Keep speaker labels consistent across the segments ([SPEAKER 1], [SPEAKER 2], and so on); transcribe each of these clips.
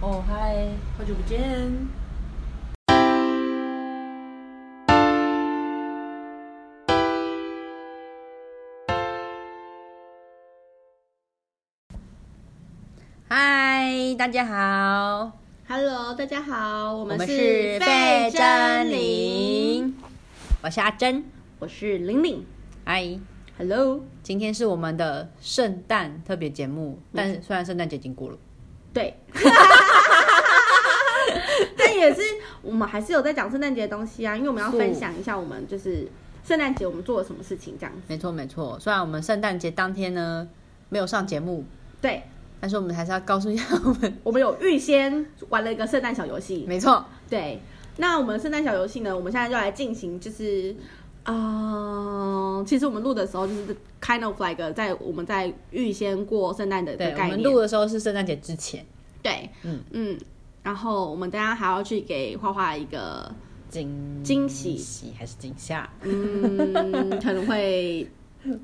[SPEAKER 1] 哦嗨，好久不见。嗨，大家好，
[SPEAKER 2] Hello，大家好，我
[SPEAKER 1] 我
[SPEAKER 2] 们
[SPEAKER 1] 们
[SPEAKER 2] 是
[SPEAKER 1] 是费
[SPEAKER 2] 珍
[SPEAKER 1] 珍玲，我是阿珍。
[SPEAKER 2] 我是玲玲。
[SPEAKER 1] 嗨，
[SPEAKER 2] Hello，
[SPEAKER 1] 今天是我们的圣诞特别节目，但是虽然圣诞节已经过了，
[SPEAKER 2] 对，但也是我们还是有在讲圣诞节的东西啊，因为我们要
[SPEAKER 1] 是
[SPEAKER 2] 分享一下我们就是圣诞节我们做了什么事情这样子。
[SPEAKER 1] 没错没错。虽然我们圣诞节当天呢没有上节目，
[SPEAKER 2] 对，
[SPEAKER 1] 但是我们还是要告诉一下我们，
[SPEAKER 2] 我们有预先玩了一个圣诞小游戏。
[SPEAKER 1] 没错，
[SPEAKER 2] 对，那我们圣诞小游戏呢，我们现在就来进行，就是，呃，其实我们录的时候就是 kind of like 在我们在预先过圣诞的
[SPEAKER 1] 对
[SPEAKER 2] 的，
[SPEAKER 1] 我
[SPEAKER 2] 概
[SPEAKER 1] 们
[SPEAKER 2] 念。
[SPEAKER 1] 录的时候是圣诞节之前，
[SPEAKER 2] 对，
[SPEAKER 1] 嗯
[SPEAKER 2] 嗯然后我们等一下还要去给花花一个，
[SPEAKER 1] 惊
[SPEAKER 2] 惊喜
[SPEAKER 1] 喜还是惊吓？
[SPEAKER 2] 嗯， 可能会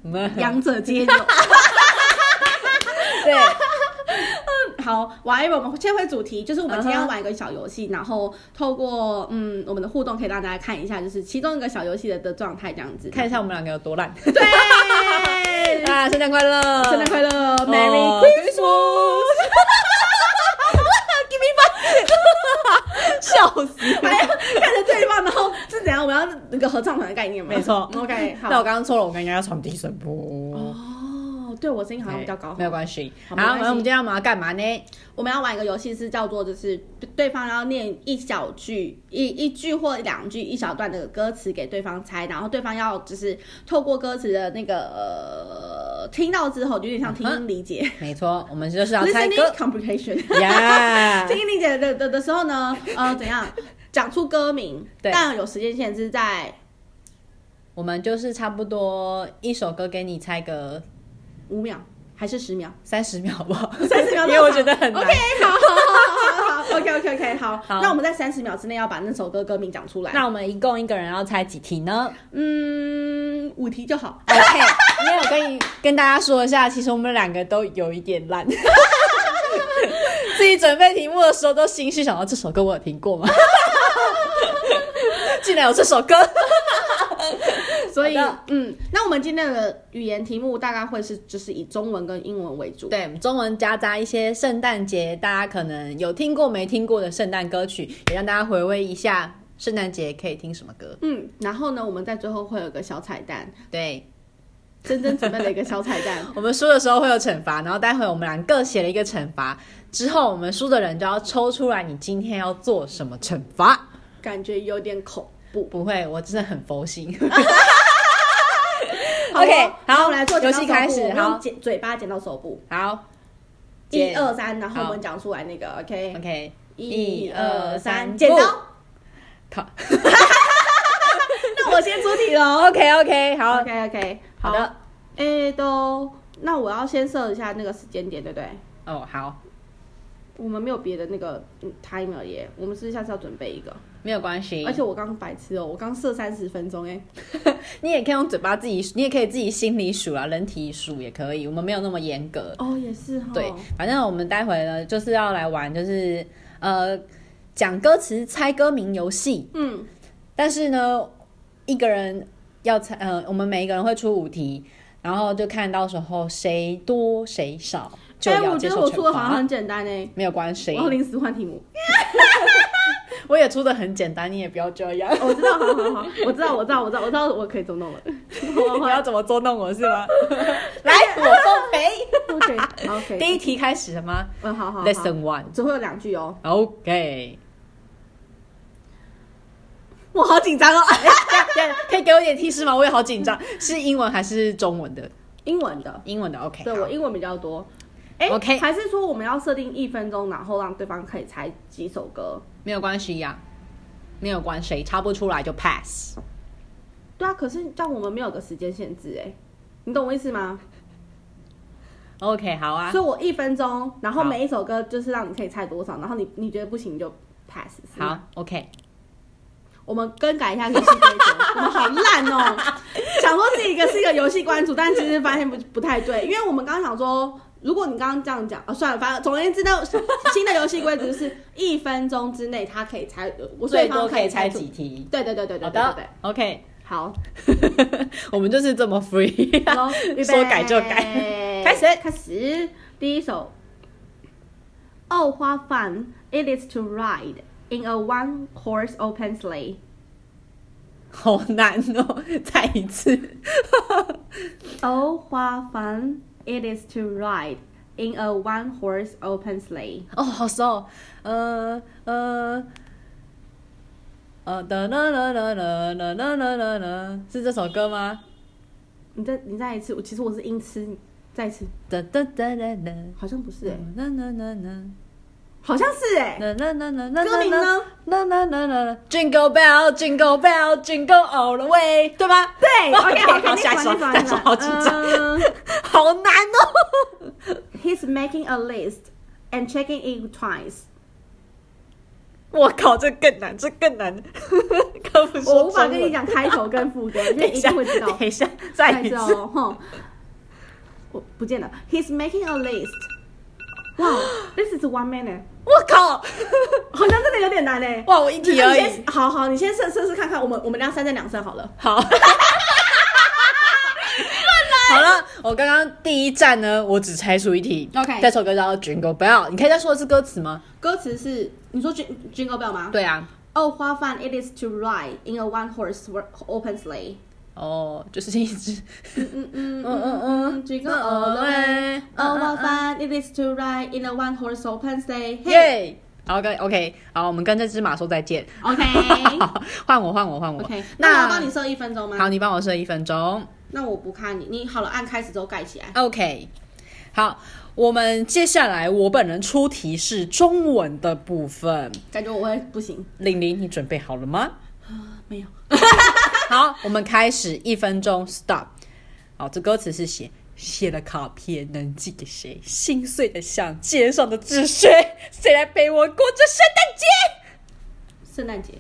[SPEAKER 1] 我们
[SPEAKER 2] 两者皆有。
[SPEAKER 1] 对，
[SPEAKER 2] 好，whatever，我们先回主题，就是我们今天要玩一个小游戏然后透过嗯我们的互动，可以让大家看一下，就是其中一个小游戏的的状态这样子。
[SPEAKER 1] 看一下我们两个有多 烂
[SPEAKER 2] 对，
[SPEAKER 1] 啊！圣诞快乐，
[SPEAKER 2] 圣诞快乐
[SPEAKER 1] 哦
[SPEAKER 2] ，Merry
[SPEAKER 1] Christmas！笑 死！
[SPEAKER 2] 还要哎看着对方，然后是怎样？我们要那个合唱团的概念吗？
[SPEAKER 1] 没错
[SPEAKER 2] ，OK，好。
[SPEAKER 1] 那我刚刚错了，我刚刚要传递声波，
[SPEAKER 2] 哦，对我声音好像比较高，
[SPEAKER 1] 没有关系。
[SPEAKER 2] 好
[SPEAKER 1] 好，
[SPEAKER 2] 没关系
[SPEAKER 1] 那我们今天我们要干嘛呢？
[SPEAKER 2] 我们要玩一个游戏，是叫做就是对方要念一小句、一一句或两句一小段的歌词给对方猜，然后对方要就是透过歌词的那个、呃、听到之后，就有点像听音理解、
[SPEAKER 1] 没错，我们就是要
[SPEAKER 2] l i s t e
[SPEAKER 1] 啊猜
[SPEAKER 2] n i n
[SPEAKER 1] 歌啊
[SPEAKER 2] g complication。
[SPEAKER 1] 呀
[SPEAKER 2] 听。音理解的的的时候呢，呃，怎样讲出歌名，
[SPEAKER 1] 对
[SPEAKER 2] 但有时间限制在
[SPEAKER 1] 我们就是差不多一首歌给你猜个
[SPEAKER 2] 五秒还是十 秒？
[SPEAKER 1] 三十秒，好不好？
[SPEAKER 2] 三十秒多少，
[SPEAKER 1] 因为我觉得很难
[SPEAKER 2] OK，好好好好好好，OK OK OK，好。
[SPEAKER 1] 好
[SPEAKER 2] 那我们在三十秒之内要把那首歌歌名讲出来。
[SPEAKER 1] 那我们一共一个人要猜几题呢？
[SPEAKER 2] 嗯，五题就好。
[SPEAKER 1] OK，因为我跟你跟大家说一下，其实我们两个都有一点 烂。自己准备题目的时候，都心虚想到这首歌我有听过吗？ 竟然有这首歌，
[SPEAKER 2] 所以
[SPEAKER 1] 好的，
[SPEAKER 2] 嗯，那我们今天的语言题目大概会是就是以中文跟英文为主。
[SPEAKER 1] 对，中文夹杂一些圣诞节大家可能有听过没听过的圣诞歌曲，也让大家回味一下圣诞节可以听什么歌。
[SPEAKER 2] 嗯，然后呢，我们在最后会有个小彩蛋，
[SPEAKER 1] 对。
[SPEAKER 2] 真真准备了一个小彩蛋
[SPEAKER 1] 我们输的时候会有惩罚，然后待会我们俩各写了一个惩罚，之后我们输的人就要抽出来你今天要做什么惩罚。
[SPEAKER 2] 感觉有点恐怖。
[SPEAKER 1] 不会，我真的很佛 心。
[SPEAKER 2] 好哦
[SPEAKER 1] OK，
[SPEAKER 2] 那
[SPEAKER 1] 好
[SPEAKER 2] 我们来做剪
[SPEAKER 1] 游
[SPEAKER 2] 刀
[SPEAKER 1] 戏
[SPEAKER 2] 手
[SPEAKER 1] 开
[SPEAKER 2] 部
[SPEAKER 1] 始
[SPEAKER 2] 我们
[SPEAKER 1] 好
[SPEAKER 2] 用剪嘴巴剪到手部，
[SPEAKER 1] 好，
[SPEAKER 2] 一
[SPEAKER 1] 剪
[SPEAKER 2] 二三，然后我
[SPEAKER 1] 好
[SPEAKER 2] 们讲出来那个 OK，
[SPEAKER 1] ，OK，
[SPEAKER 2] 一
[SPEAKER 1] 一
[SPEAKER 2] 二
[SPEAKER 1] 二
[SPEAKER 2] 三，
[SPEAKER 1] 三
[SPEAKER 2] 剪
[SPEAKER 1] 不
[SPEAKER 2] 刀。
[SPEAKER 1] 靠
[SPEAKER 2] 那我先出题喽。
[SPEAKER 1] ，OK OK，好
[SPEAKER 2] OK OK，
[SPEAKER 1] 好的，
[SPEAKER 2] 诶，哎都，那我要先设一下那个时间点，对不对？
[SPEAKER 1] 哦，好，
[SPEAKER 2] 我们没有别的那个嗯 timer 耶，我们是下次要准备一个。
[SPEAKER 1] 没有关系
[SPEAKER 2] 而。且我刚白痴哦、我刚设三十分钟哎、
[SPEAKER 1] 你也可以用嘴巴自己，你也可以自己心里数啊，人体数也可以，我们没有那么严格。
[SPEAKER 2] 哦，也是哈。
[SPEAKER 1] 呃对，反正我们待会呢就是要来玩，就是呃讲歌词猜歌名游戏，
[SPEAKER 2] 嗯，
[SPEAKER 1] 但是呢一个人要猜，呃我们每一个人会出五题，然后就看到时候谁多谁少就
[SPEAKER 2] 哎、
[SPEAKER 1] 要
[SPEAKER 2] 我
[SPEAKER 1] 接
[SPEAKER 2] 觉得
[SPEAKER 1] 受
[SPEAKER 2] 我出
[SPEAKER 1] 惩
[SPEAKER 2] 的好像
[SPEAKER 1] 罚，
[SPEAKER 2] 很简单哎、
[SPEAKER 1] 没有关系
[SPEAKER 2] 我。要临时换题目。
[SPEAKER 1] 我也出的很简单，你也不要这样。
[SPEAKER 2] 哦我知道，好好好，我知道，我知道，我知道，我知道我可以怎么弄了。
[SPEAKER 1] 你 要怎么捉弄我 是吗？来，我奉陪。
[SPEAKER 2] OK，好 OK，
[SPEAKER 1] 第一题开始了吗
[SPEAKER 2] 嗯，好好好
[SPEAKER 1] ？Lesson one。
[SPEAKER 2] 只会有两句哦、
[SPEAKER 1] OK。
[SPEAKER 2] 我好紧张哦，
[SPEAKER 1] 对， 可以给我一点提示吗？我也好紧张。是英文还是中文的？
[SPEAKER 2] 英文的。
[SPEAKER 1] 英文的 OK 好。
[SPEAKER 2] 对我英文比较多。哎
[SPEAKER 1] OK
[SPEAKER 2] 还是说我们要设定一分钟，然后让对方可以猜几首歌？
[SPEAKER 1] 没有关系呀、没有关系，查不出来就 pass。
[SPEAKER 2] 对啊，可是但我们没有个时间限制哎、你懂我意思吗？
[SPEAKER 1] OK，好啊
[SPEAKER 2] 所。以我一分钟，然后
[SPEAKER 1] 好
[SPEAKER 2] 每一首歌就是让你可以猜多少，然后你你觉得不行你就 pass。
[SPEAKER 1] 好，，OK，
[SPEAKER 2] 我们更改一下游戏规则，我们好烂 哦、想说自己一个是一个游戏关主，但其实发现不不太对，因为我们刚刚想说如果你刚刚这样讲啊，算了，反正总而言之，那新的游戏规则就是一分钟之内他可以呃猜，我
[SPEAKER 1] 最多可以
[SPEAKER 2] 猜
[SPEAKER 1] 猜
[SPEAKER 2] 出
[SPEAKER 1] 几。题。
[SPEAKER 2] 对对对对对
[SPEAKER 1] 好
[SPEAKER 2] 对对对
[SPEAKER 1] 的，，OK，
[SPEAKER 2] 好，
[SPEAKER 1] 我们就是这么 free，
[SPEAKER 2] 好预备
[SPEAKER 1] 说改就改开始
[SPEAKER 2] 开始，第一首。Oh, what fun it is to ride in a one-horse open sleigh！
[SPEAKER 1] 好难哦，再一次。
[SPEAKER 2] Oh, what fun it is to ride in a one-horse open sleigh！
[SPEAKER 1] 哦，好熟哦，呃呃呃，哒啦啦啦啦啦啦啦啦啦，是这首歌吗？
[SPEAKER 2] 你再你再一次，我其实我是音痴，你再一次，
[SPEAKER 1] 哒哒哒哒哒，
[SPEAKER 2] 好像不是哎、欸，
[SPEAKER 1] 啦啦啦啦。
[SPEAKER 2] 好像是哎、
[SPEAKER 1] 啦啦啦啦啦，
[SPEAKER 2] 歌名呢？
[SPEAKER 1] 啦啦啦啦啦，Jingle Bell, Jingle Bell, Jingle All the Way，对吗？
[SPEAKER 2] 对
[SPEAKER 1] OK，
[SPEAKER 2] ，OK，
[SPEAKER 1] 好
[SPEAKER 2] 你
[SPEAKER 1] 下一
[SPEAKER 2] 管
[SPEAKER 1] 首
[SPEAKER 2] 你管
[SPEAKER 1] 下一
[SPEAKER 2] 你
[SPEAKER 1] 首
[SPEAKER 2] 管
[SPEAKER 1] 好紧张
[SPEAKER 2] 嗯
[SPEAKER 1] 好难哦。
[SPEAKER 2] He's making a list and checking it twice。
[SPEAKER 1] 我靠，这更难，这更难，更不说
[SPEAKER 2] 我无法跟
[SPEAKER 1] 中文
[SPEAKER 2] 你讲开头跟副歌，因
[SPEAKER 1] 等
[SPEAKER 2] 为
[SPEAKER 1] 一
[SPEAKER 2] 一
[SPEAKER 1] 下，
[SPEAKER 2] 定会知道
[SPEAKER 1] 等。一下，再一
[SPEAKER 2] 次
[SPEAKER 1] 次。
[SPEAKER 2] 哦，哼，我不见了。He's making a list。哇，this is one minute，
[SPEAKER 1] 我靠，
[SPEAKER 2] 好像真的有点难嘞。
[SPEAKER 1] 哇，我一
[SPEAKER 2] 你
[SPEAKER 1] 题而已
[SPEAKER 2] 先。好好，你先试试试看看，我们我们俩三战两胜好了。
[SPEAKER 1] 好。 好了，我刚刚第一站呢，我只猜出一题。
[SPEAKER 2] OK
[SPEAKER 1] 这首歌叫《Jingle Bell》，你可以再说一次歌词吗？
[SPEAKER 2] 歌词是你说 Jing- Jingle Bell 吗？。
[SPEAKER 1] 对啊，
[SPEAKER 2] Oh, what fun it is to ride in a one-horse open sleigh！
[SPEAKER 1] 哦，就是一直，
[SPEAKER 2] 嗯嗯
[SPEAKER 1] 嗯
[SPEAKER 2] 嗯
[SPEAKER 1] 嗯
[SPEAKER 2] 嗯
[SPEAKER 1] 嗯
[SPEAKER 2] ，Jingle all the way。Oh,
[SPEAKER 1] 嗯嗯
[SPEAKER 2] what
[SPEAKER 1] 嗯
[SPEAKER 2] fun it is to ride in a one-horse open sleigh！嘿
[SPEAKER 1] 耶！好，跟 OK，好，我们跟这只马说再见。
[SPEAKER 2] ，OK。
[SPEAKER 1] 换我，换我，换我。
[SPEAKER 2] OK，那我
[SPEAKER 1] 那
[SPEAKER 2] 帮你设一分钟吗？
[SPEAKER 1] 好，你帮我设一分钟。
[SPEAKER 2] 那我不看你，你好了，按开始之后盖起来。
[SPEAKER 1] OK，好，我们接下来我本人出题是中文的部分。
[SPEAKER 2] 感觉我会不行，
[SPEAKER 1] 玲玲，你准备好了吗？
[SPEAKER 2] 没有。
[SPEAKER 1] 好，我们开始，一分钟，stop。好，这歌词是写写了卡片能寄给谁？心碎的像街上的纸屑， 谁来陪我过这圣诞节
[SPEAKER 2] 圣诞节，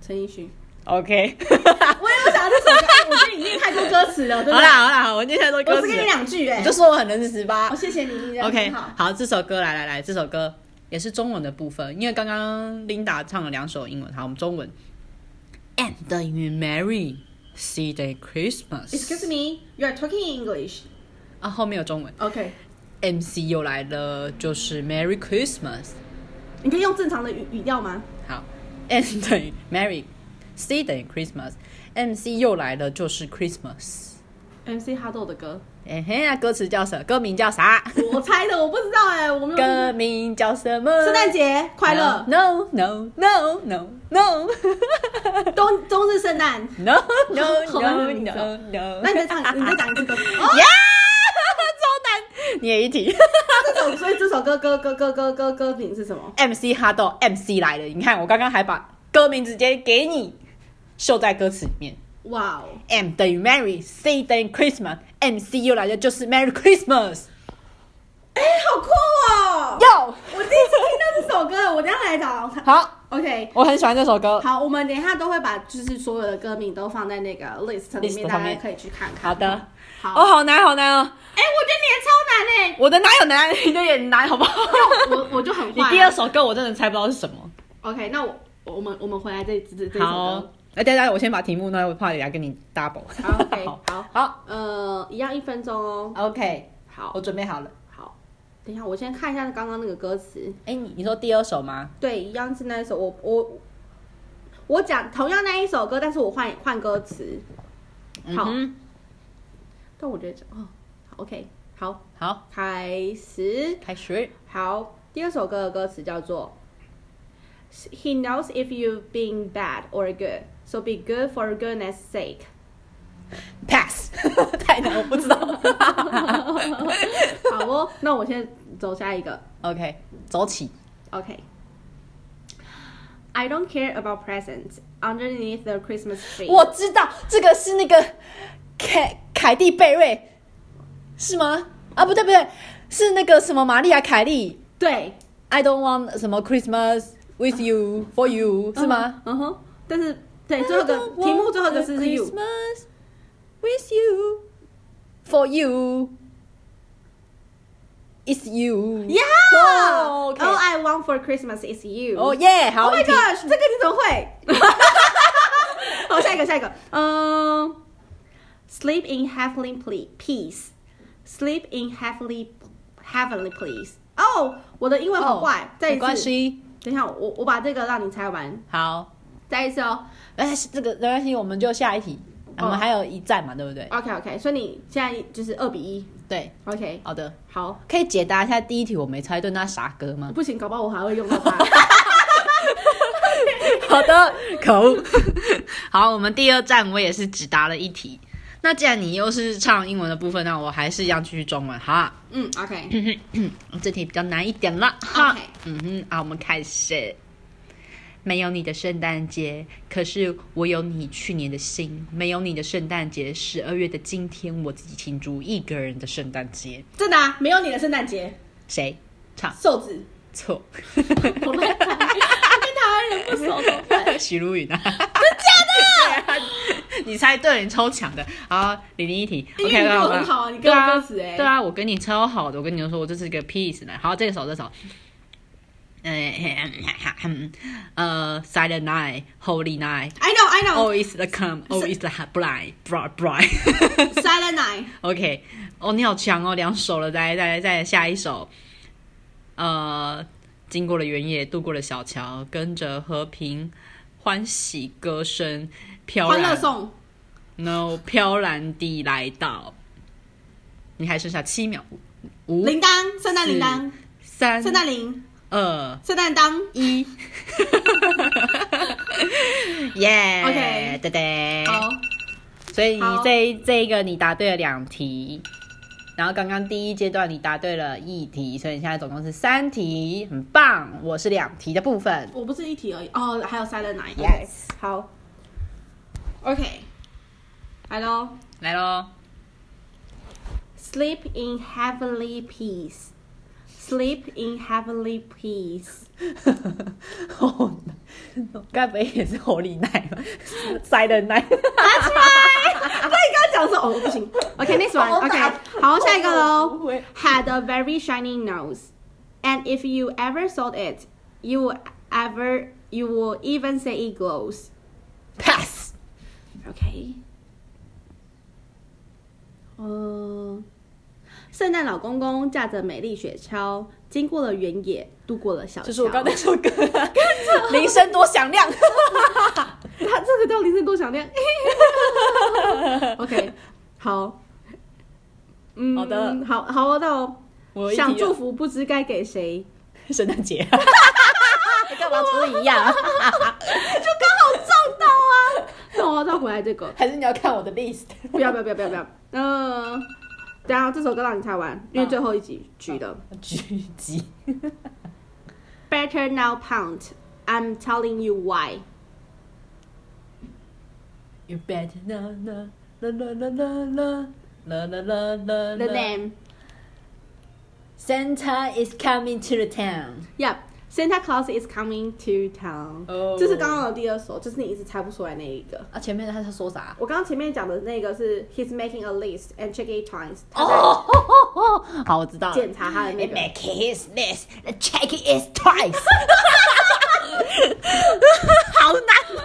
[SPEAKER 2] 陈奕迅。
[SPEAKER 1] ？OK，
[SPEAKER 2] 我也有想到这首歌，哎我觉得你念太多歌词了，对不
[SPEAKER 1] 好
[SPEAKER 2] 对？
[SPEAKER 1] 啦好啦，我念一下这
[SPEAKER 2] 我只
[SPEAKER 1] 歌词
[SPEAKER 2] 给你，两句哎
[SPEAKER 1] 你就。说我很能十八
[SPEAKER 2] 好，。谢谢你，你人
[SPEAKER 1] OK，
[SPEAKER 2] 很好。
[SPEAKER 1] 这首歌来来来，这首歌也是中文的部分，因为刚刚 Linda 唱了两首英文，好，我们中文。And you marry, see day Christmas。
[SPEAKER 2] Excuse me, you are talking English.
[SPEAKER 1] 啊，后面有中文。
[SPEAKER 2] OK，
[SPEAKER 1] MC 又来了，就是 Merry Christmas。
[SPEAKER 2] 你可以用正常的语语调吗？
[SPEAKER 1] 好，And you marry, see day Christmas。MC 又来了，就是 Christmas。
[SPEAKER 2] MC 哈豆的歌，
[SPEAKER 1] 哎嘿，那歌词叫什歌名叫啥？
[SPEAKER 2] 我猜的，我不知道哎，我没有。
[SPEAKER 1] 歌名叫什么？
[SPEAKER 2] 圣诞节快乐，
[SPEAKER 1] No no no no no
[SPEAKER 2] 冬冬日圣诞。
[SPEAKER 1] no no
[SPEAKER 2] 好难的
[SPEAKER 1] no
[SPEAKER 2] 名字
[SPEAKER 1] no
[SPEAKER 2] 哦
[SPEAKER 1] no。
[SPEAKER 2] 那你再唱，你 再讲一次歌。哦，
[SPEAKER 1] 呀，超难！你也一题。
[SPEAKER 2] 这首，所以这首歌歌歌歌歌歌歌名是什么？
[SPEAKER 1] MC 哈豆 MC 来了，你看我刚刚还把歌名直接给你秀在歌词里面。
[SPEAKER 2] 哇哦！
[SPEAKER 1] M 等于 Merry，C 等于 Christmas，MC 又来了就是 Merry Christmas。
[SPEAKER 2] 哎，好酷哦！
[SPEAKER 1] 哟，
[SPEAKER 2] 我第一次听到这首歌，我等一下来找他。
[SPEAKER 1] 好，
[SPEAKER 2] OK，
[SPEAKER 1] 我很喜欢这首歌。
[SPEAKER 2] 好，我们等一下都会把就是所有的歌名都放在那个 list 里
[SPEAKER 1] list
[SPEAKER 2] 面，大
[SPEAKER 1] 上面
[SPEAKER 2] 家可以去看看。
[SPEAKER 1] 好的，
[SPEAKER 2] 好。
[SPEAKER 1] 哦，好难，好难哦！
[SPEAKER 2] 哎、我觉得你也
[SPEAKER 1] 我的哪有难，你的也 难，好不好？
[SPEAKER 2] 超难哎、我我就很
[SPEAKER 1] 你
[SPEAKER 2] 坏。
[SPEAKER 1] 第二首歌我真的猜不到是什么。
[SPEAKER 2] OK，那我我们我们回来这这这这首
[SPEAKER 1] 好哎
[SPEAKER 2] 歌。，
[SPEAKER 1] 那大家我先把题目呢，我怕等一下跟你 double。
[SPEAKER 2] 好，OK，
[SPEAKER 1] 好
[SPEAKER 2] 好
[SPEAKER 1] 好
[SPEAKER 2] 呃，一样一分钟哦。
[SPEAKER 1] ，OK，
[SPEAKER 2] 好
[SPEAKER 1] 我准备好了。
[SPEAKER 2] 好，等一下，我先看一下刚刚那个歌词。
[SPEAKER 1] 哎，你你说第二首吗？
[SPEAKER 2] 对，一样是那一首，我我我讲同样那一首歌，但是我换换歌词。好
[SPEAKER 1] 嗯
[SPEAKER 2] 但我觉得哦好，OK，好，
[SPEAKER 1] 哼好，
[SPEAKER 2] 开始。
[SPEAKER 1] 开始。
[SPEAKER 2] 好，第二首歌的歌词叫做 "He knows if you've been bad or good, so be good for goodness sake."
[SPEAKER 1] Pass，太难，我不 知道。
[SPEAKER 2] 好哦，那我先走下一个。
[SPEAKER 1] OK，走起。
[SPEAKER 2] OK. I don't care about presents underneath the Christmas tree.
[SPEAKER 1] 我知道这个是那个凯凯蒂贝瑞，是吗？啊，不对不对，是那个什么玛丽亚凯莉。
[SPEAKER 2] 对
[SPEAKER 1] I don't want 什么 Christmas with you for you 是吗？？
[SPEAKER 2] 嗯哼，但是对最后一
[SPEAKER 1] I
[SPEAKER 2] 个
[SPEAKER 1] don't
[SPEAKER 2] 题目最后一个
[SPEAKER 1] want
[SPEAKER 2] 是
[SPEAKER 1] a
[SPEAKER 2] you，
[SPEAKER 1] Christmas with you for you。 It's you。
[SPEAKER 2] Yeah!
[SPEAKER 1] Oh, OK
[SPEAKER 2] All I want for Christmas is you.
[SPEAKER 1] 哦耶，好
[SPEAKER 2] Oh my
[SPEAKER 1] 一题
[SPEAKER 2] gosh，这个你怎么会？ 好，下一个，下一个，嗯、s l e e p in heavenly ple- peace. Sleep in heavenly heavenly please. 哦、我的英文很坏
[SPEAKER 1] 哦
[SPEAKER 2] 再一
[SPEAKER 1] 没关
[SPEAKER 2] 次
[SPEAKER 1] 系，
[SPEAKER 2] 等一下，我我把这个让你猜完，
[SPEAKER 1] 好，
[SPEAKER 2] 再一次哦。
[SPEAKER 1] 哎，是这个没关系，我们就下一题，
[SPEAKER 2] 哦
[SPEAKER 1] 我们还有一站嘛，对不对？
[SPEAKER 2] OK OK，所以你现在就是二比一。
[SPEAKER 1] 对，
[SPEAKER 2] OK，
[SPEAKER 1] 好的，
[SPEAKER 2] 好，
[SPEAKER 1] 可以解答一下第一题我没猜对，那啥歌 吗？
[SPEAKER 2] 不行，搞不好我还会用到它。
[SPEAKER 1] 好的，口。好，我们第二站我也是只答了一题。那既然你又是唱英文的部分，那我还是一样继续中文哈。
[SPEAKER 2] 嗯，OK
[SPEAKER 1] 这题比较难一点了哈。
[SPEAKER 2] OK，
[SPEAKER 1] 嗯哼，啊，我们开始。没有你的圣诞节，可是我有你去年的心。没有你的圣诞节，十二月的今天，我自己庆祝一个人的圣诞节。
[SPEAKER 2] 真的啊，没有你的圣诞节，
[SPEAKER 1] 谁唱
[SPEAKER 2] 瘦子，
[SPEAKER 1] 错？
[SPEAKER 2] 我乱猜，我跟台湾人不熟，怎么办？
[SPEAKER 1] 许茹芸啊，真假的？ 你猜对了，你超强的。好，零零一题
[SPEAKER 2] 因为
[SPEAKER 1] ，OK，
[SPEAKER 2] 你
[SPEAKER 1] 很
[SPEAKER 2] 跟我
[SPEAKER 1] 好
[SPEAKER 2] 很好啊你
[SPEAKER 1] 对
[SPEAKER 2] 跟我歌
[SPEAKER 1] 啊
[SPEAKER 2] 词欸
[SPEAKER 1] 对啊，我跟你超好的，我跟你说，我这是个 piece 呢。好，这首这首，呃呃，Silent Night, Holy Night。
[SPEAKER 2] I know, I know.
[SPEAKER 1] Always the come, always the blind, bright, bright.
[SPEAKER 2] Silent Night.
[SPEAKER 1] OK，哦，你好强哦，两首了，再来再来再来下一首。呃，经过了原野，渡过了小桥，跟着和平欢喜歌声飘
[SPEAKER 2] 欢乐
[SPEAKER 1] 然
[SPEAKER 2] 颂，
[SPEAKER 1] ，no 飘然地来到。你还剩下七秒，五、
[SPEAKER 2] 铃铛，圣诞铃铛，
[SPEAKER 1] 三、
[SPEAKER 2] 圣诞铃，
[SPEAKER 1] 二、
[SPEAKER 2] 圣诞当，
[SPEAKER 1] 一。 耶
[SPEAKER 2] OK
[SPEAKER 1] 对对，
[SPEAKER 2] 好，
[SPEAKER 1] 所以你
[SPEAKER 2] 好
[SPEAKER 1] 这一这一个你答对了两题，然后刚刚第一阶段你答对了一题，所以你现在总共是三题，很棒。我是两题的部分。
[SPEAKER 2] 我不是一题而已，哦，还有 Silent Night。
[SPEAKER 1] Yes
[SPEAKER 2] 好，OK，来喽
[SPEAKER 1] 来 喽，
[SPEAKER 2] ，Sleep in heavenly peace。Sleep in heavenly peace。
[SPEAKER 1] 哦该不会也是火力奶吧？ 塞的奶。
[SPEAKER 2] 那你刚刚讲说哦不行，OK next one
[SPEAKER 1] 好
[SPEAKER 2] OK
[SPEAKER 1] 难
[SPEAKER 2] 好下一个
[SPEAKER 1] 我
[SPEAKER 2] 喽
[SPEAKER 1] 不会。
[SPEAKER 2] Had a very shiny nose, and if you ever saw it, you will ever you will even say it glows.
[SPEAKER 1] Pass。
[SPEAKER 2] OK，呃，圣诞老公公驾着美丽雪橇，经过了原野，渡过了小桥。
[SPEAKER 1] 这是我刚才那首 歌，铃声多响亮。
[SPEAKER 2] 他这个叫铃声多响 亮。OK，好，嗯，
[SPEAKER 1] 好的，
[SPEAKER 2] 好好到、哦。
[SPEAKER 1] 我
[SPEAKER 2] 想祝福不知该给谁，
[SPEAKER 1] 福圣诞节。
[SPEAKER 2] 哎
[SPEAKER 1] 干嘛不 一样？
[SPEAKER 2] 就刚好撞到啊！那我要再回来这个，
[SPEAKER 1] 还是你要看我的 list？
[SPEAKER 2] 不要不要不要不要不要，嗯、等一下这首歌让你猜完，因为最后一集举的。
[SPEAKER 1] 狙击。
[SPEAKER 2] Better now pound, I'm telling you why.
[SPEAKER 1] You bet na na na na na na na na na na na
[SPEAKER 2] The name,
[SPEAKER 1] Santa is coming to the town.
[SPEAKER 2] yep, Santa Claus is coming to town.
[SPEAKER 1] 哦
[SPEAKER 2] 这是刚刚的第二首，就是你一直猜不出来那一个。
[SPEAKER 1] 啊，前面他是说啥？
[SPEAKER 2] 我刚刚前面讲的那个是 He's making a list and check it times，他在
[SPEAKER 1] 哦， 好，我知道了。
[SPEAKER 2] 检查他的
[SPEAKER 1] I
[SPEAKER 2] 那个。
[SPEAKER 1] make his list, and check it is twice. 好难哦。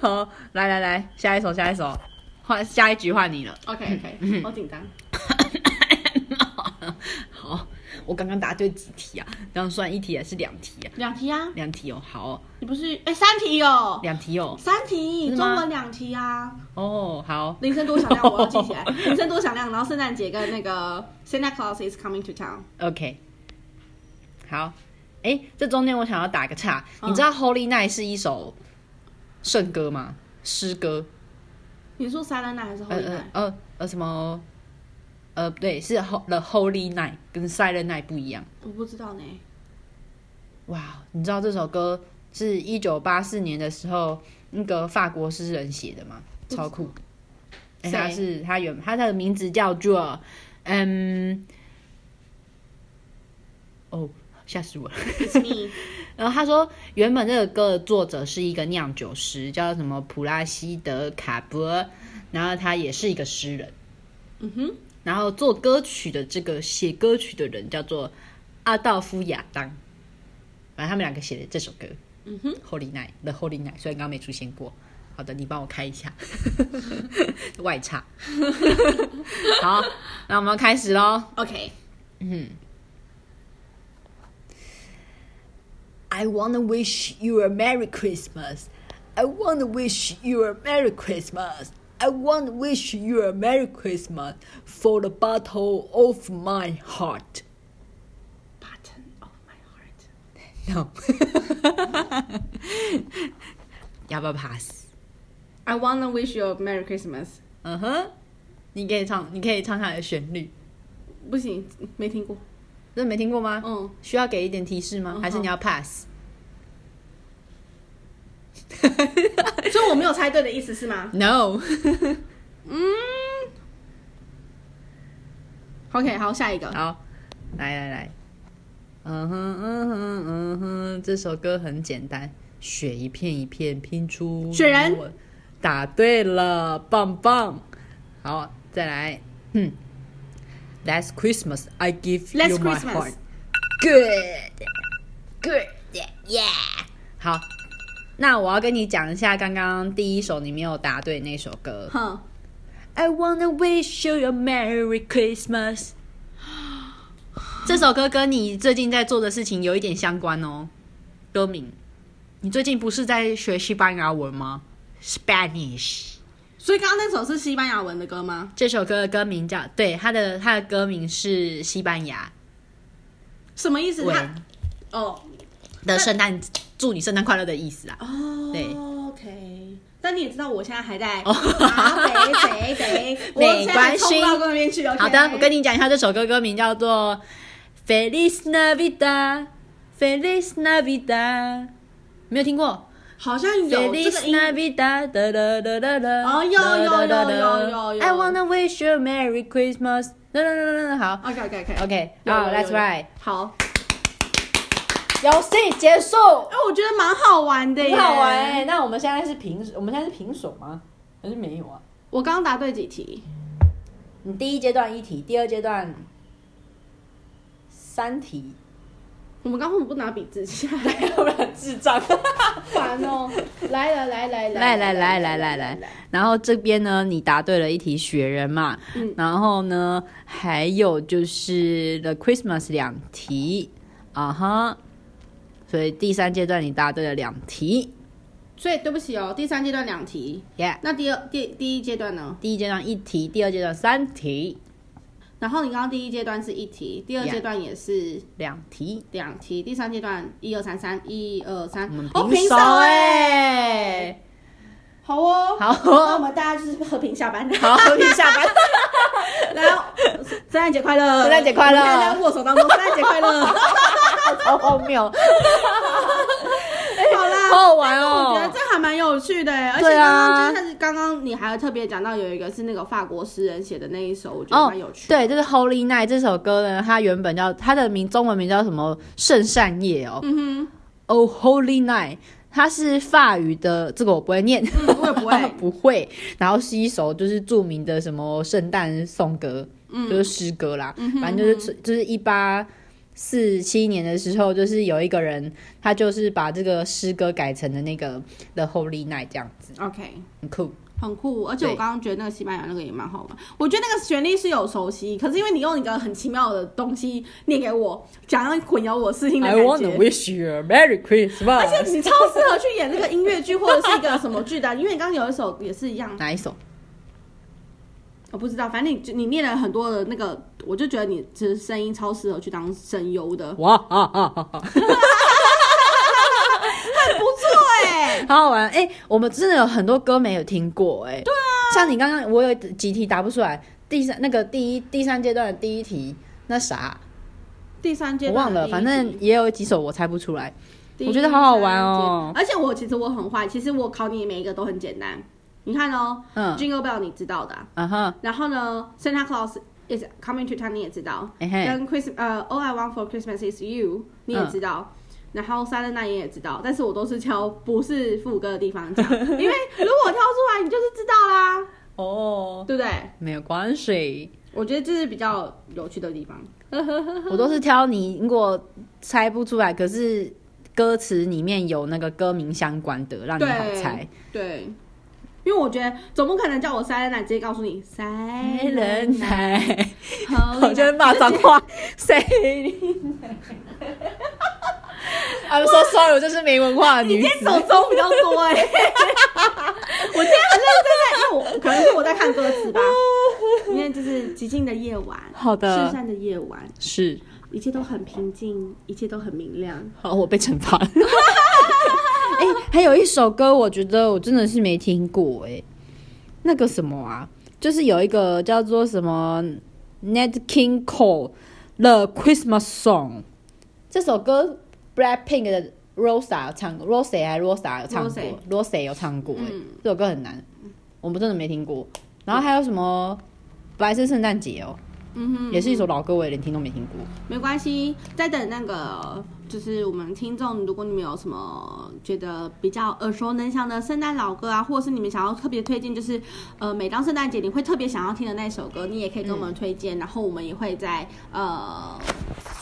[SPEAKER 1] 好，来来来，下一首，下一首，换下一局换你了。
[SPEAKER 2] OK OK，好紧张。
[SPEAKER 1] 好，我刚刚答对几题啊？这样算一题还是两题啊？
[SPEAKER 2] 两题啊，
[SPEAKER 1] 两题哦，好哦
[SPEAKER 2] 你不是哎三题哦。
[SPEAKER 1] 两题哦。
[SPEAKER 2] 三题，
[SPEAKER 1] 是
[SPEAKER 2] 中
[SPEAKER 1] 吗
[SPEAKER 2] 文两题啊！
[SPEAKER 1] 哦，好，
[SPEAKER 2] 铃声多响亮，我要记起 来。铃声多响亮，然后圣诞节跟那个 Santa Claus is coming to town。
[SPEAKER 1] OK，好，哎，这中间我想要打个岔，
[SPEAKER 2] 嗯
[SPEAKER 1] 你知道《Holy Night》是一首圣歌吗？诗歌，
[SPEAKER 2] 你说 Silent Night 还是
[SPEAKER 1] 呃
[SPEAKER 2] Holy
[SPEAKER 1] 呃
[SPEAKER 2] Night？
[SPEAKER 1] 呃呃什么？呃，对，是《The Holy Night》跟《Silent Night》不一样。
[SPEAKER 2] 我不知道呢。
[SPEAKER 1] 哇，你知道这首歌是一九八四年的时候那个法国诗人写的吗？超酷！哎，他
[SPEAKER 2] 谁
[SPEAKER 1] 是他原他的名字叫做嗯，哦，吓死我了。
[SPEAKER 2] It's me。
[SPEAKER 1] 然后他说，原本这个歌的作者是一个酿酒师，叫什么普拉西德卡伯，然后他也是一个诗人。
[SPEAKER 2] 嗯哼，
[SPEAKER 1] 然后做歌曲的这个写歌曲的人叫做阿道夫·亚当，反正他们两个写的这首歌，嗯哼，Holy Night，The Holy Night，虽然刚刚没出现过。好的，你帮我开一 下外插。 好，那我们开始喽。
[SPEAKER 2] OK，
[SPEAKER 1] I wanna wish you a Merry Christmas. I wanna wish you a Merry Christmas. I wanna wish you a Merry Christmas for the battle of my heart.
[SPEAKER 2] button of my heart。
[SPEAKER 1] No. 要不要 pass？
[SPEAKER 2] I wanna wish you a Merry Christmas。
[SPEAKER 1] 嗯哼，你可以唱，你可以唱它的旋律。
[SPEAKER 2] 不行，没听过。
[SPEAKER 1] 真的没听过吗？
[SPEAKER 2] 嗯，
[SPEAKER 1] 需要给一点提示吗？
[SPEAKER 2] 嗯
[SPEAKER 1] 还是你要 pass？
[SPEAKER 2] 所以我没有猜对的意思是吗
[SPEAKER 1] No，
[SPEAKER 2] ？OK，好，下一个。
[SPEAKER 1] 好，来来来，嗯哼嗯哼嗯哼，这首歌很简单，雪一片一片拼出
[SPEAKER 2] 雪人，
[SPEAKER 1] 答对了，棒棒。好，再来，嗯，Last Christmas I give you
[SPEAKER 2] Last
[SPEAKER 1] my
[SPEAKER 2] Christmas
[SPEAKER 1] heart, good, good, yeah。好，那我要跟你讲一下刚刚第一首你没有答对那首歌。
[SPEAKER 2] 哼，
[SPEAKER 1] I wanna wish you a Merry Christmas。这首歌跟你最近在做的事情有一点相关哦，歌名。你最近不是在学西班牙文吗？Spanish。
[SPEAKER 2] 所以刚刚那首是西班牙文的歌吗？
[SPEAKER 1] 这首歌的歌名叫对，它的它的歌名是西班牙
[SPEAKER 2] 什么意思？它
[SPEAKER 1] 文
[SPEAKER 2] 哦
[SPEAKER 1] 的圣诞，祝你圣诞快乐的意思啊。
[SPEAKER 2] 哦，
[SPEAKER 1] 对
[SPEAKER 2] ，OK。但你也知道，我现在还在
[SPEAKER 1] 哦
[SPEAKER 2] 啊北北 北，我
[SPEAKER 1] 没
[SPEAKER 2] 现在
[SPEAKER 1] 关
[SPEAKER 2] 冲
[SPEAKER 1] 系
[SPEAKER 2] 不到那边去。
[SPEAKER 1] 好的，我跟
[SPEAKER 2] 你
[SPEAKER 1] 你讲一下，这首歌歌名叫做《Feliz Navidad》，Feliz Navidad，没有听过？
[SPEAKER 2] 好像有这
[SPEAKER 1] Feliz
[SPEAKER 2] 个音
[SPEAKER 1] Navidad，哒哒哒哒哒。
[SPEAKER 2] 哦有有有有有有
[SPEAKER 1] I wanna wish you a Merry Christmas。哒哒哒哒哒，好
[SPEAKER 2] OK OK OK
[SPEAKER 1] ，OK，
[SPEAKER 2] 有有
[SPEAKER 1] 好
[SPEAKER 2] 有
[SPEAKER 1] ，That's right。
[SPEAKER 2] 好。
[SPEAKER 1] 游戏结束，
[SPEAKER 2] 哎，我觉得蛮好玩的耶，
[SPEAKER 1] 很好玩哎。那我们现在是平，我们现在是平手吗？还是没有啊？
[SPEAKER 2] 我刚刚答对几题？
[SPEAKER 1] 你第一阶段一题，第二阶段三题，
[SPEAKER 2] 我们刚刚为什么不拿笔字下来？
[SPEAKER 1] 要不然智 障。
[SPEAKER 2] 烦哦！来了来来
[SPEAKER 1] 来来来来来来，然后这边呢，你答对了一题雪人嘛，
[SPEAKER 2] 嗯
[SPEAKER 1] 然后呢，还有就是《The Christmas》两题，啊哈，所以第三阶段你答对了两题
[SPEAKER 2] 所以对不起哦，第三阶段两题，
[SPEAKER 1] ，Yeah，
[SPEAKER 2] 那第二第第一阶段呢？
[SPEAKER 1] 第一阶段一题，第二阶段三题，
[SPEAKER 2] 然后你刚刚第一阶段是一题，第二
[SPEAKER 1] Yeah
[SPEAKER 2] 阶段也是
[SPEAKER 1] 两题，
[SPEAKER 2] 两题，第三阶段一二三三一二三
[SPEAKER 1] 我们，
[SPEAKER 2] 哦
[SPEAKER 1] 平手
[SPEAKER 2] 手
[SPEAKER 1] 哎、
[SPEAKER 2] 好哦
[SPEAKER 1] 好哦
[SPEAKER 2] 那我们大家就是和平下班，
[SPEAKER 1] 好，你下班，
[SPEAKER 2] 然后圣诞节快乐，
[SPEAKER 1] 圣诞节快乐
[SPEAKER 2] 我们现在在握手当中，圣诞节快乐，
[SPEAKER 1] 好荒谬，
[SPEAKER 2] 好啦，哎
[SPEAKER 1] 好好玩
[SPEAKER 2] 我觉得
[SPEAKER 1] 哦
[SPEAKER 2] 这，还蛮有趣的，哎而且
[SPEAKER 1] 对
[SPEAKER 2] 刚
[SPEAKER 1] 啊
[SPEAKER 2] 刚就是刚刚你还特别讲到有一个是那个法国诗人写的那一首，我觉得
[SPEAKER 1] 哦
[SPEAKER 2] 蛮有，趣的。
[SPEAKER 1] 对，就是《Holy Night》这首歌呢，它原本叫它的名中文名叫什么《圣善夜》哦，
[SPEAKER 2] 嗯
[SPEAKER 1] 哦 Holy Night，它是法语的，这个我不会念，
[SPEAKER 2] 哼，嗯，我也不会，
[SPEAKER 1] 不会。然后是一首就是著名的什么圣诞颂歌，
[SPEAKER 2] 嗯
[SPEAKER 1] 就是诗歌啦，反正就是就是一八。四七年的时候，就是有一个人，他就是把这个诗歌改成了那个《The Holy Night》这样子，
[SPEAKER 2] OK，
[SPEAKER 1] 很酷。
[SPEAKER 2] 很酷。而且
[SPEAKER 1] 对
[SPEAKER 2] 我刚刚觉得那个西班牙那个也蛮好玩，我觉得那个旋律是有熟悉，可是因为你用一个很奇妙的东西念给我，想要混淆我视听的
[SPEAKER 1] I
[SPEAKER 2] 感
[SPEAKER 1] want
[SPEAKER 2] 觉
[SPEAKER 1] to。wish you a
[SPEAKER 2] 而
[SPEAKER 1] Merry Christmas。
[SPEAKER 2] 且你超适合去演那个音乐剧或者是一个什么剧的，因为你刚刚有一首也是一样，
[SPEAKER 1] 哪一首？
[SPEAKER 2] 我不知道，反正你就你念了很多的那个，我就觉得你其实声音超适合去当声优 的，
[SPEAKER 1] 哇啊啊啊啊！
[SPEAKER 2] 不错哎、
[SPEAKER 1] 好好玩哎、我们真的有很多歌没有听过哎、对啊，像你刚刚我有几题答不出来，第三那个第一第三阶段的第一题那啥
[SPEAKER 2] 第三阶
[SPEAKER 1] 我
[SPEAKER 2] 段
[SPEAKER 1] 忘了，
[SPEAKER 2] 第一
[SPEAKER 1] 反正
[SPEAKER 2] 题
[SPEAKER 1] 也有几首我猜不出来。
[SPEAKER 2] 第
[SPEAKER 1] 我觉得好好玩哦
[SPEAKER 2] 三阶而且我其实我很坏，其实我考你每一个都很简单。你看哦、
[SPEAKER 1] 嗯
[SPEAKER 2] j i n g l e Bell 你知道的啊、
[SPEAKER 1] 啊哈，
[SPEAKER 2] 然后呢，Santa Claus is coming to town 你也知道，
[SPEAKER 1] 哎嘿，
[SPEAKER 2] 跟 Christmas 呃 All I Want for Christmas is You 你也知
[SPEAKER 1] 嗯
[SPEAKER 2] 道。然后 s i l e n Night 你也知道，但是我都是挑不是副歌的地方讲， 因为如果我挑出来，你就是知道啦，
[SPEAKER 1] 哦，
[SPEAKER 2] 对不对？
[SPEAKER 1] 没有关系，
[SPEAKER 2] 我觉得这是比较有趣的地方。
[SPEAKER 1] 我都是挑你如果猜不出来，可是歌词里面有那个歌名相关的，让你好猜。
[SPEAKER 2] 对，因为我觉得总不可能叫我 Silent Night 直接告诉你 Silent
[SPEAKER 1] 人
[SPEAKER 2] Night，
[SPEAKER 1] 来，
[SPEAKER 2] Holy
[SPEAKER 1] 我
[SPEAKER 2] Night
[SPEAKER 1] 就会骂脏话。谁 ？I'm so sorry，我就是没文化的女
[SPEAKER 2] 你今天
[SPEAKER 1] 子。
[SPEAKER 2] 手中比较多 哎、我今天很认真在，因为我可能是我在看歌词吧，因为就是寂静的夜晚，
[SPEAKER 1] 哦好的
[SPEAKER 2] 失散的夜晚，
[SPEAKER 1] 是，
[SPEAKER 2] 一切都很平静，一切都很明亮。
[SPEAKER 1] 好，我被惩罚了。 哎、还有一首歌，我觉得我真的是没听过哎、那个什么啊，就是有一个叫做什么 Nat King Cole 的 Christmas Song，这首歌 Blackpink 的 Rosa 有唱过，Rosa 还是 Rosa 有唱过
[SPEAKER 2] Rosé
[SPEAKER 1] ，Rosa 有唱过、欸，
[SPEAKER 2] 嗯
[SPEAKER 1] 这首歌很难，我们真的没听过。然后还有什么白色圣诞节哦，
[SPEAKER 2] 嗯哼，
[SPEAKER 1] 也是一首老歌，我也连听都没听过。
[SPEAKER 2] 没关系，在等那个就是我们听众，如果你们有什么觉得比较耳熟能详的圣诞老歌啊，或者是你们想要特别推荐，就是呃，每呃当圣诞节你会特别想要听的那首歌，你也可以跟我们推荐，然后我们也会在呃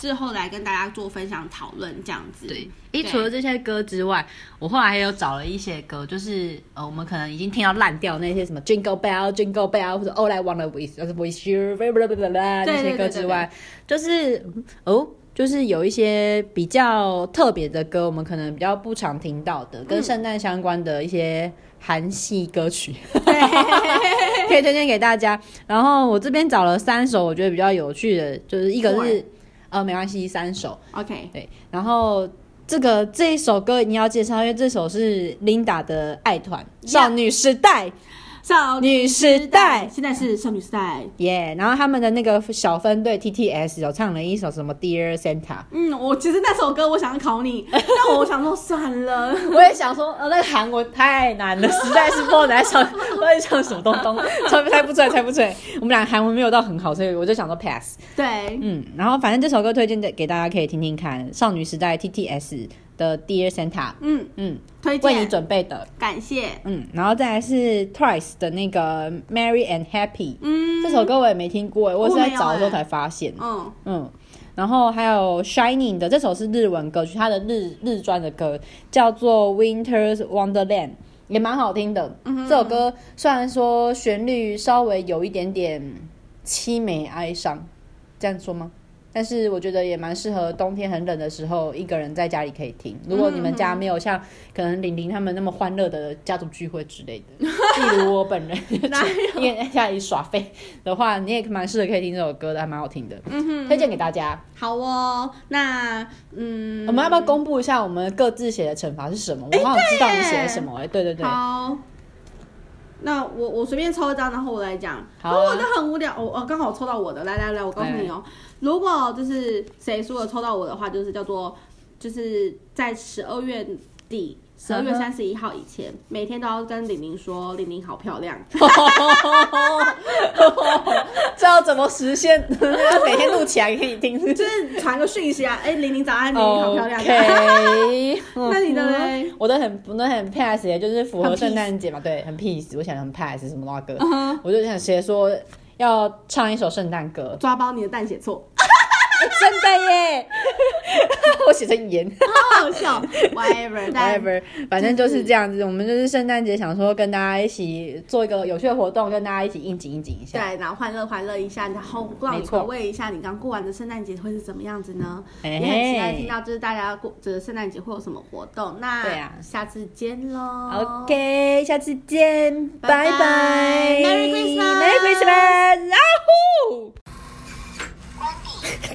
[SPEAKER 2] 事后来跟大家做分享讨论这样子。
[SPEAKER 1] 对，一
[SPEAKER 2] 对
[SPEAKER 1] 除了这些歌之外，我后来还有找了一些歌，就是呃，我们可能已经听到烂掉那些什么 Jingle Bell、Jingle Bell 或者 All I Wanna Is 就是 With You 巴拉巴拉巴拉
[SPEAKER 2] 对
[SPEAKER 1] 那些歌之外，就是哦，就是有一些比较特别的歌，我们可能比较不常听到的，
[SPEAKER 2] 嗯
[SPEAKER 1] 跟圣诞相关的一些韩系歌曲。 可以推荐给大家。然后我这边找了三首我觉得比较有趣的，就是一个是呃没关系，三首
[SPEAKER 2] OK，
[SPEAKER 1] 对，然后这个这一首歌一定要介绍，因为这首是 Linda 的爱团
[SPEAKER 2] Yeah
[SPEAKER 1] 少女时代，
[SPEAKER 2] 少
[SPEAKER 1] 女时代。
[SPEAKER 2] 现在是少女时代。
[SPEAKER 1] 耶然后他们的那个小分队 TTS 有唱了一首什么 Dear Santa，
[SPEAKER 2] 嗯，我其实那首歌我想考 你，但我想说算了。
[SPEAKER 1] 我也想说，呃，那个韩文太难了，实在是不知道你在唱，我在唱什么东 东，猜不猜不出来，猜不出来。我们俩韩文没有到很好，所以我就想说 pass。
[SPEAKER 2] 对，
[SPEAKER 1] 嗯，然后反正这首歌推荐给大家可以听听看，少女时代 TTS 的 Dear Santa，
[SPEAKER 2] 嗯，
[SPEAKER 1] 嗯，
[SPEAKER 2] 推
[SPEAKER 1] 为你
[SPEAKER 2] 荐，
[SPEAKER 1] 准备的。
[SPEAKER 2] 感谢。
[SPEAKER 1] 嗯，然后再来是 Twice 的那个《Merry and Happy》
[SPEAKER 2] 嗯，
[SPEAKER 1] 这首歌我也没听过，我也是在找的时
[SPEAKER 2] 我没有欸
[SPEAKER 1] 候才发现。
[SPEAKER 2] 嗯，
[SPEAKER 1] 嗯，然后还有 Shining 的这首是日文歌曲，它的日日专的歌叫做《Winter's Wonderland》，也蛮好听的。
[SPEAKER 2] 嗯哼
[SPEAKER 1] 这首歌虽然说旋律稍微有一点点凄美哀伤，这样说吗？但是我觉得也蛮适合冬天很冷的时候，一个人在家里可以听。如果你们
[SPEAKER 2] 嗯
[SPEAKER 1] 家没有像可能玲玲他们那么欢乐的家族聚会之类的， 例如我本人，
[SPEAKER 2] 哪
[SPEAKER 1] 因为在家里耍废的话，你也蛮适合可以听这首歌的，还蛮好听的。
[SPEAKER 2] 嗯哼，
[SPEAKER 1] 推荐给大家。
[SPEAKER 2] 好哦，那嗯，
[SPEAKER 1] 我们要不要公布一下我们各自写的惩罚是什么？我好想知道你写了什么、哎，对对对，
[SPEAKER 2] 好？那我我随便抽一张，然后我来讲。
[SPEAKER 1] 好啊哎
[SPEAKER 2] 如果我的很无聊，我哦刚好我抽到我的，来来来，我告诉你哦，如果就是谁输了抽到我的话，就是叫做就是在十二月底。十二月
[SPEAKER 1] 嗯哼
[SPEAKER 2] 三十一号以前，每天都要跟玲玲说：“玲玲好漂亮。
[SPEAKER 1] 这要怎么实现？ 要每天录起来可以听。”
[SPEAKER 2] 就是传个讯息啊，哎、玲玲早安，玲玲好漂亮。
[SPEAKER 1] OK，
[SPEAKER 2] 那你的嘞？
[SPEAKER 1] 我的很，我的很 pass，也就是符合圣诞节嘛，对，很 peace。我想很 pass 什么那
[SPEAKER 2] 哦
[SPEAKER 1] 歌我就想写说要唱一首圣诞歌，
[SPEAKER 2] 抓包你的蛋写错，
[SPEAKER 1] 哎真的耶， 我写成 盐。
[SPEAKER 2] 好好 笑。Whatever，但
[SPEAKER 1] whatever，反正就是这
[SPEAKER 2] 嗯
[SPEAKER 1] 样子。我们就是圣诞节想说跟大家一起做一个有趣的活动，跟大家一起应景应景一下。
[SPEAKER 2] 对，然后欢乐欢乐一下，然后让
[SPEAKER 1] 没
[SPEAKER 2] 你
[SPEAKER 1] 错哎
[SPEAKER 2] 回味一下你刚过完的圣诞节会是怎么样子呢？
[SPEAKER 1] 嘿
[SPEAKER 2] 也
[SPEAKER 1] 嘿
[SPEAKER 2] 很期待听到就是大家过就是圣诞节会有什么活动。那
[SPEAKER 1] 对啊
[SPEAKER 2] 下次见喽。
[SPEAKER 1] OK，下次见，
[SPEAKER 2] 拜
[SPEAKER 1] 拜
[SPEAKER 2] 拜
[SPEAKER 1] 拜
[SPEAKER 2] Merry Christmas
[SPEAKER 1] Merry Christmas。